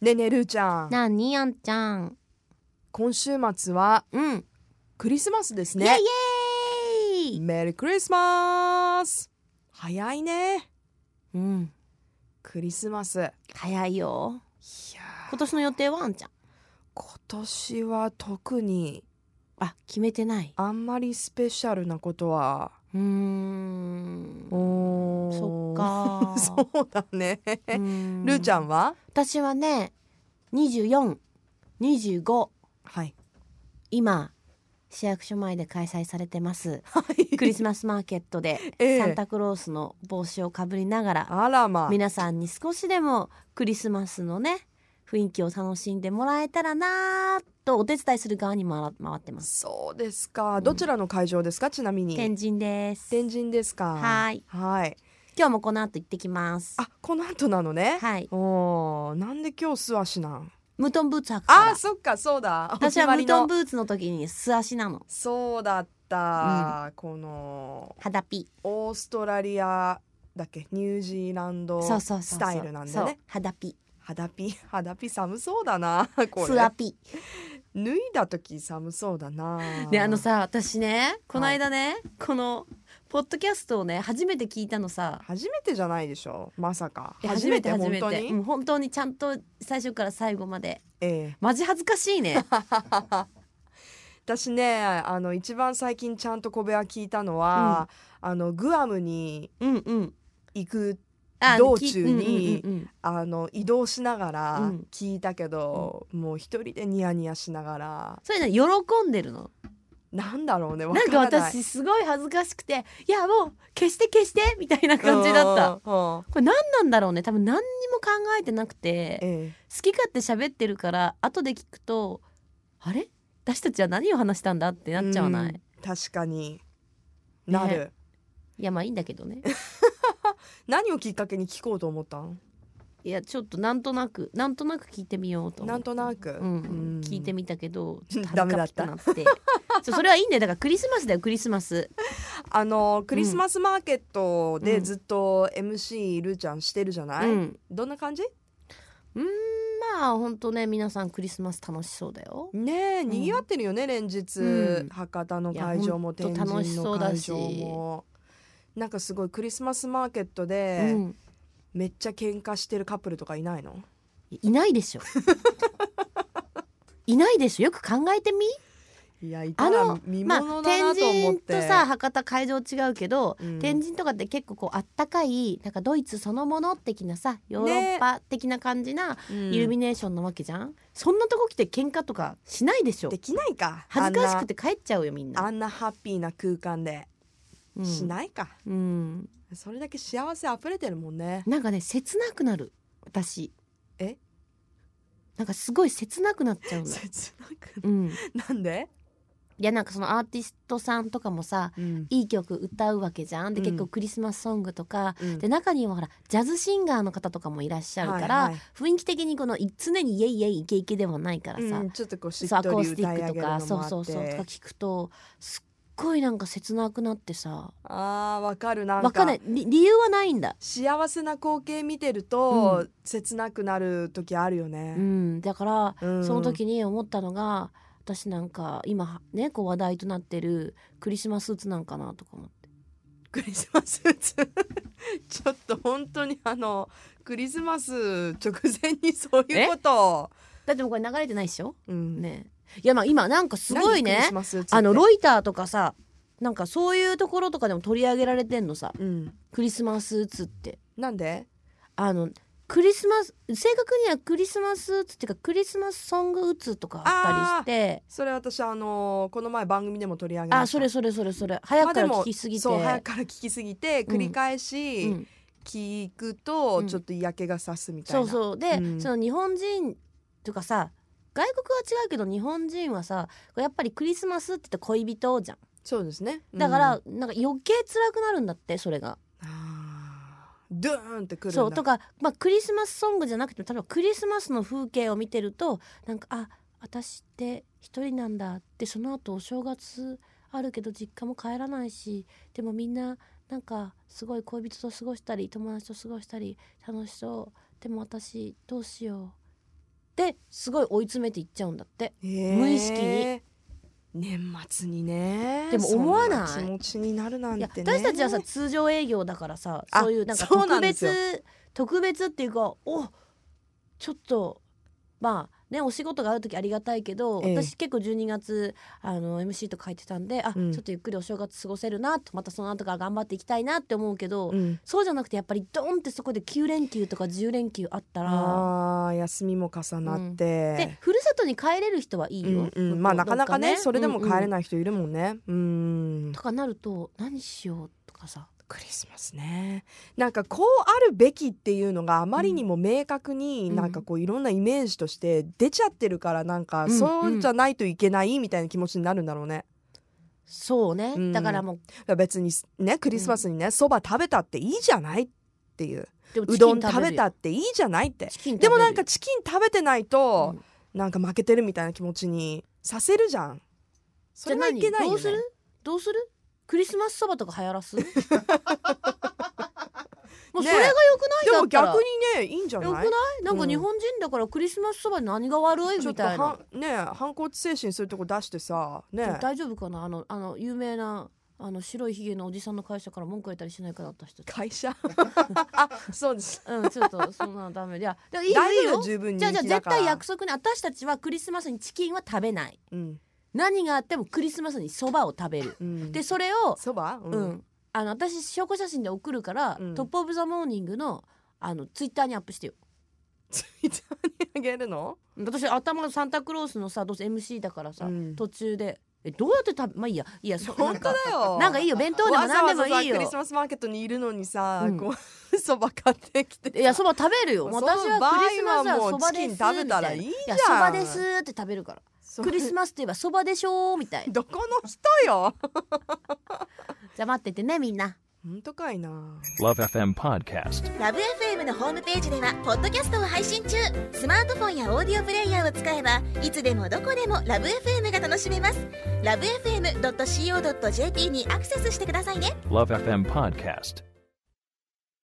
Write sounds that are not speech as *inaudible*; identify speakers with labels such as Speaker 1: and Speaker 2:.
Speaker 1: ねえねえるーちゃん
Speaker 2: なにあんちゃん。
Speaker 1: 今週末は
Speaker 2: うん。
Speaker 1: クリスマスです
Speaker 2: イエ
Speaker 1: ね
Speaker 2: イイエイ。
Speaker 1: メリークリスマス早いね
Speaker 2: うん。
Speaker 1: クリスマスいや
Speaker 2: 早いよ。
Speaker 1: ー
Speaker 2: 今年の予定はあんちゃん。
Speaker 1: 今年は特に
Speaker 2: あ、決めてない。
Speaker 1: あんまりスペシャルなことは
Speaker 2: うーん。
Speaker 1: おー
Speaker 2: そっか。
Speaker 1: *laughs* そうだね
Speaker 2: う
Speaker 1: る
Speaker 2: ん
Speaker 1: ーちゃん。は
Speaker 2: 私はね、二十四、二十五、
Speaker 1: はい
Speaker 2: 今市役所前で開催されてます
Speaker 1: はい
Speaker 2: クリスマスマーケットで
Speaker 1: *laughs* ええ
Speaker 2: サンタクロースの帽子をかぶりながら
Speaker 1: あらま
Speaker 2: 皆さんに少しでもクリスマスのね雰囲気を楽しんでもらえたらなぁとお手伝いする側に回回ってます
Speaker 1: そうですかどちらの会場ですかちなみに
Speaker 2: 天神です
Speaker 1: 天神ですか
Speaker 2: はい
Speaker 1: はい
Speaker 2: 今日もこの後行ってきます
Speaker 1: あこの後なのね
Speaker 2: はい
Speaker 1: おーなんで今日素足なん
Speaker 2: ムトンブーツ履くか
Speaker 1: あ
Speaker 2: ら
Speaker 1: ーそっかそうだお
Speaker 2: 私
Speaker 1: 決
Speaker 2: は
Speaker 1: ま
Speaker 2: ム
Speaker 1: り
Speaker 2: ト
Speaker 1: の
Speaker 2: ンブーツの時に素足なの
Speaker 1: そうだった、この
Speaker 2: 肌ピ
Speaker 1: オーストラリアだっけニュージーランド
Speaker 2: そうそうそうそ
Speaker 1: ス
Speaker 2: う
Speaker 1: タイルなんだ
Speaker 2: そう
Speaker 1: ね
Speaker 2: 肌ピ
Speaker 1: 肌ピ *laughs* 肌ピ寒そうだなこ
Speaker 2: 素ア
Speaker 1: れ
Speaker 2: ピ
Speaker 1: 脱いだ時寒そうだな
Speaker 2: ねあのさ私ねこの間ね、このポッドキャストをね初めて聞いたのさ
Speaker 1: 初めてじゃないでしょまさか
Speaker 2: いや
Speaker 1: 初めて本当
Speaker 2: う
Speaker 1: に、
Speaker 2: ん本当にちゃんと最初から最後まで
Speaker 1: ええ
Speaker 2: マジ恥ずかしいね
Speaker 1: 私ねあの一番最近ちゃんと小部屋聞いたのは、あのグアムに
Speaker 2: うんうん
Speaker 1: 行く
Speaker 2: あ
Speaker 1: 道中に
Speaker 2: きうんうんうん
Speaker 1: あの移動しなが
Speaker 2: う
Speaker 1: ら
Speaker 2: ん
Speaker 1: 聞いたけど、もう一人でニヤニヤしながら
Speaker 2: それね喜んでるの
Speaker 1: なんだろうねわ
Speaker 2: なん
Speaker 1: ら
Speaker 2: か
Speaker 1: ない
Speaker 2: 私すごい恥ずかしくていやもう消して消してみたいな感じだった
Speaker 1: うん。うん
Speaker 2: これ何なんだろうね多分何にも考えてなくて
Speaker 1: ええ
Speaker 2: 好き勝手喋ってるから後で聞くとあれ私たちは何を話したんだってなっちゃわない、
Speaker 1: うん
Speaker 2: い
Speaker 1: 確かになる、
Speaker 2: やまあいいんだけどね *laughs*
Speaker 1: 何をきっかけに聞こうと思ったん
Speaker 2: いやちょっとなんとなくなんとなく聞いてみようと思
Speaker 1: な
Speaker 2: っ
Speaker 1: ん
Speaker 2: て
Speaker 1: となく、
Speaker 2: うん、聞いて
Speaker 1: み
Speaker 2: みたけどちょっと
Speaker 1: ダメだっ
Speaker 2: 恥ず
Speaker 1: た
Speaker 2: かしくなってそうそれはいいんだよだからクリスマスだよクリスマス
Speaker 1: あのクリスマスマーケット
Speaker 2: う
Speaker 1: で
Speaker 2: ん
Speaker 1: ずっと MC ルーちゃんしてるじゃない、
Speaker 2: うん
Speaker 1: どんな感じ
Speaker 2: うーんまあ本当ね皆さんクリスマス楽しそうだよ
Speaker 1: ねえにぎわってるよね、連日、
Speaker 2: うん
Speaker 1: 博多の会場も
Speaker 2: いや
Speaker 1: 天
Speaker 2: ほんと楽し
Speaker 1: 神
Speaker 2: そ
Speaker 1: の
Speaker 2: うだ
Speaker 1: 会
Speaker 2: し
Speaker 1: 場もなんかすごいクリスマスマーケットで、
Speaker 2: うん
Speaker 1: めっちゃ喧嘩してるカップルとかいないの
Speaker 2: いないでしょ *laughs* いないでしょよく考えてみ
Speaker 1: いやいた
Speaker 2: あ
Speaker 1: ら
Speaker 2: の
Speaker 1: 見
Speaker 2: ま
Speaker 1: 物
Speaker 2: あ
Speaker 1: だな
Speaker 2: 天
Speaker 1: と思っ
Speaker 2: 神
Speaker 1: て、
Speaker 2: とさ博多会場違うけど、
Speaker 1: うん
Speaker 2: 天神とかって結構こうあったかいなんかドイツそのもの的なさヨーロッパ的な感じな
Speaker 1: うん
Speaker 2: イルミネーションなわけじゃん、そんなとこ来て喧嘩とかしないでしょ
Speaker 1: できないか
Speaker 2: 恥ずかしく
Speaker 1: て
Speaker 2: て帰っちゃうよみん
Speaker 1: あんな
Speaker 2: な。
Speaker 1: ハッピーな空間で
Speaker 2: うん
Speaker 1: しないか、
Speaker 2: うん、
Speaker 1: それだけ幸せ溢れてるもんね
Speaker 2: なんかね切なくなる私
Speaker 1: え
Speaker 2: なんかすごい切なくなっちゃうの。
Speaker 1: 切なく
Speaker 2: うん、い
Speaker 1: なんで、
Speaker 2: やなんかそのアーティストさんとかもさ
Speaker 1: うん
Speaker 2: いい曲歌うわけじゃんで
Speaker 1: うん
Speaker 2: 結構クリスマスソングとか、
Speaker 1: うん
Speaker 2: で中にはほらジャズシンガーの方とかもいらっしゃるから、
Speaker 1: はいはい
Speaker 2: 雰囲気的にこのい常にイエイイエイイケイケではないからさ、
Speaker 1: うんちょっとこうしっ
Speaker 2: そうア
Speaker 1: と
Speaker 2: コー
Speaker 1: り
Speaker 2: スティ
Speaker 1: 歌
Speaker 2: ッ
Speaker 1: い上
Speaker 2: ク
Speaker 1: げる
Speaker 2: と
Speaker 1: のもあ
Speaker 2: か
Speaker 1: って
Speaker 2: そうそうそうとか聞くとすっごいなんか切なくなってさ
Speaker 1: あーわかるなんか
Speaker 2: わかんないり理由はないんだ
Speaker 1: 幸せな光景見てると、切なくなる時あるよ
Speaker 2: う
Speaker 1: ね、
Speaker 2: ん、だから、
Speaker 1: うん
Speaker 2: その時に思ったのが私なんか今ねこう話題となってるクリスマススーツなんかなとか思って
Speaker 1: クリスマス *laughs* ーツちょっと本当にあのクリスマス直前にそういうことを、
Speaker 2: だってもうこれ流れてないでしょ
Speaker 1: うん
Speaker 2: ねいやまあ今なんかすご
Speaker 1: 何クリ
Speaker 2: いね
Speaker 1: スマスーツって
Speaker 2: あのロイターとかさなんかそういうところとかでも取り上げられてんのさ
Speaker 1: うん
Speaker 2: クリスマススーツって
Speaker 1: なんで
Speaker 2: あのクリスマス正確にはクリスマススーツっていうかクリスマスソングうつとかあったりして
Speaker 1: それ私あのこの前番組でも取り上げま
Speaker 2: あ
Speaker 1: した
Speaker 2: それそれそれそれ早
Speaker 1: ま
Speaker 2: く
Speaker 1: あ
Speaker 2: か
Speaker 1: で
Speaker 2: ら
Speaker 1: も
Speaker 2: 聞きすぎて、
Speaker 1: そう早くから聞きすぎて繰り返し、
Speaker 2: うん
Speaker 1: 聞くと
Speaker 2: うん
Speaker 1: ちょっと嫌気がさすみたいな、
Speaker 2: そうそうで、
Speaker 1: うん
Speaker 2: その日本人とかさ外国は違うけど日本人はさやっぱりクリスマスって言ったら恋人じゃん
Speaker 1: そうですね
Speaker 2: だから、
Speaker 1: うん
Speaker 2: なんか余計辛くなるんだってそれが
Speaker 1: あードゥーンってくるんだ
Speaker 2: そうとか、まあ、クリスマスソングじゃなくても例えばクリスマスの風景を見てるとなんかあ私って一人なんだってその後お正月あるけど実家も帰らないしでもみんななんかすごい恋人と過ごしたり友達と過ごしたり楽しそうでも私どうしようですごい追い詰めていっちゃうんだって
Speaker 1: 無
Speaker 2: 意識に
Speaker 1: 年末にね
Speaker 2: でも思わない
Speaker 1: そん気持ちになるなん
Speaker 2: いや
Speaker 1: てね
Speaker 2: 私たちはさ通常営業だからさ
Speaker 1: あ
Speaker 2: そういうなんか
Speaker 1: そうな
Speaker 2: 特
Speaker 1: んです
Speaker 2: 別
Speaker 1: よ
Speaker 2: 特別っていうかおちょっとまあねお仕事がある時ありがたいけど、
Speaker 1: ええ
Speaker 2: 私結構12月あの MC とか書いてたんであ、
Speaker 1: うん
Speaker 2: ちょっとゆっくりお正月過ごせるなとまたその後から頑張っていきたいなって思うけど、
Speaker 1: うん
Speaker 2: そうじゃなくてやっぱりドンってそこで9連休とか10連休あったら。
Speaker 1: あー休みも重なって、
Speaker 2: でふるさとに帰れる人はいいよ、
Speaker 1: うんう、
Speaker 2: 向こうん
Speaker 1: まあなかなかね
Speaker 2: どっ
Speaker 1: それでも帰
Speaker 2: うんう
Speaker 1: れ
Speaker 2: ん
Speaker 1: ない人いるもんねうん
Speaker 2: とかなると何しようとかさ
Speaker 1: クリスマスねなんかこうあるべきっていうのがあまりにも明確に
Speaker 2: うん
Speaker 1: なんかこういろんなイメージとして出ちゃってるからなんか
Speaker 2: うん
Speaker 1: そうじゃないといけないみたいな気持ちになるんだろうね
Speaker 2: そうね、
Speaker 1: うん
Speaker 2: だからもう
Speaker 1: だから別にねクリスマスにねそば食べたっていいじゃないっていう
Speaker 2: でも
Speaker 1: う
Speaker 2: チキン
Speaker 1: どん食べ
Speaker 2: るよ
Speaker 1: たっていいじゃないって
Speaker 2: チキン食
Speaker 1: で
Speaker 2: べる
Speaker 1: も
Speaker 2: よ
Speaker 1: なんかチキン食べてないと
Speaker 2: うん
Speaker 1: なんか負けてるみたいな気持ちにさせるじゃんそ
Speaker 2: じゃ
Speaker 1: れ
Speaker 2: あ
Speaker 1: はい
Speaker 2: 何
Speaker 1: けない
Speaker 2: ど
Speaker 1: よ
Speaker 2: うす
Speaker 1: ね
Speaker 2: るどうするクリスマスそばとか流行ら *laughs* すもうそれが良くない
Speaker 1: で
Speaker 2: だ
Speaker 1: も
Speaker 2: ったら
Speaker 1: 逆にねいいんじゃ
Speaker 2: 良く
Speaker 1: な
Speaker 2: ないいなんか日本人だからクリスマスそばに何が悪い
Speaker 1: ちょっ
Speaker 2: み
Speaker 1: と
Speaker 2: たいな
Speaker 1: はんねえ反骨精神そういうとこ出してさねえ
Speaker 2: 大丈夫かなあのあの有名なあの白いひげのおじさんの会社から文句言ったりしないかな私たち
Speaker 1: 会社 *laughs* あそうです
Speaker 2: *laughs* うんちょっとそんなのダメいやでもいいよ
Speaker 1: 大
Speaker 2: いい
Speaker 1: 丈夫
Speaker 2: よ
Speaker 1: 十分
Speaker 2: じゃあ
Speaker 1: 人
Speaker 2: じゃあ
Speaker 1: 気だか
Speaker 2: 絶
Speaker 1: ら
Speaker 2: 対約束に私たちはクリスマスにチキンは食べない
Speaker 1: うん
Speaker 2: 何があってもクリスマスにそばを食べる
Speaker 1: うん
Speaker 2: でそれを
Speaker 1: そばう
Speaker 2: うんん、あの私証拠写真で送るから、
Speaker 1: うん
Speaker 2: トップ・オブ・ザ・モーニングのあのツイッターにアップしてよ
Speaker 1: ツイッターにあげるの
Speaker 2: 私頭サンタクロースのさどうせ MC だからさ、
Speaker 1: うん
Speaker 2: 途中でえどうやって食べまあいいやいやそ
Speaker 1: 本当だよ
Speaker 2: なんかいいよ弁当でも
Speaker 1: わざ
Speaker 2: 何
Speaker 1: わ
Speaker 2: で
Speaker 1: ざ
Speaker 2: もいい
Speaker 1: さ
Speaker 2: よ
Speaker 1: クリスマスマーケットにいるのにさ
Speaker 2: うん
Speaker 1: こう *laughs* そば買ってきて
Speaker 2: いやそば食べるよ
Speaker 1: その
Speaker 2: 私はクリスマス
Speaker 1: 場合は
Speaker 2: は
Speaker 1: も
Speaker 2: そうばです
Speaker 1: チキン食べたらいいじゃん
Speaker 2: みたやそばですって食べるから *laughs*
Speaker 1: そ
Speaker 2: クリスマスといえばそばでしょーみたいな
Speaker 1: どこの人よ
Speaker 2: じゃあ待っててねみんな
Speaker 1: *laughs* 本当かいな
Speaker 3: Love FM Podcast.
Speaker 4: ラブ f m のホームページではポッドキャストを配信中スマートフォンやオーディオプレイヤーを使えばいつでもどこでもラブ f m が楽しめますラブ FM.co.jp にアクセスしてくださいね
Speaker 3: Love FM Podcast.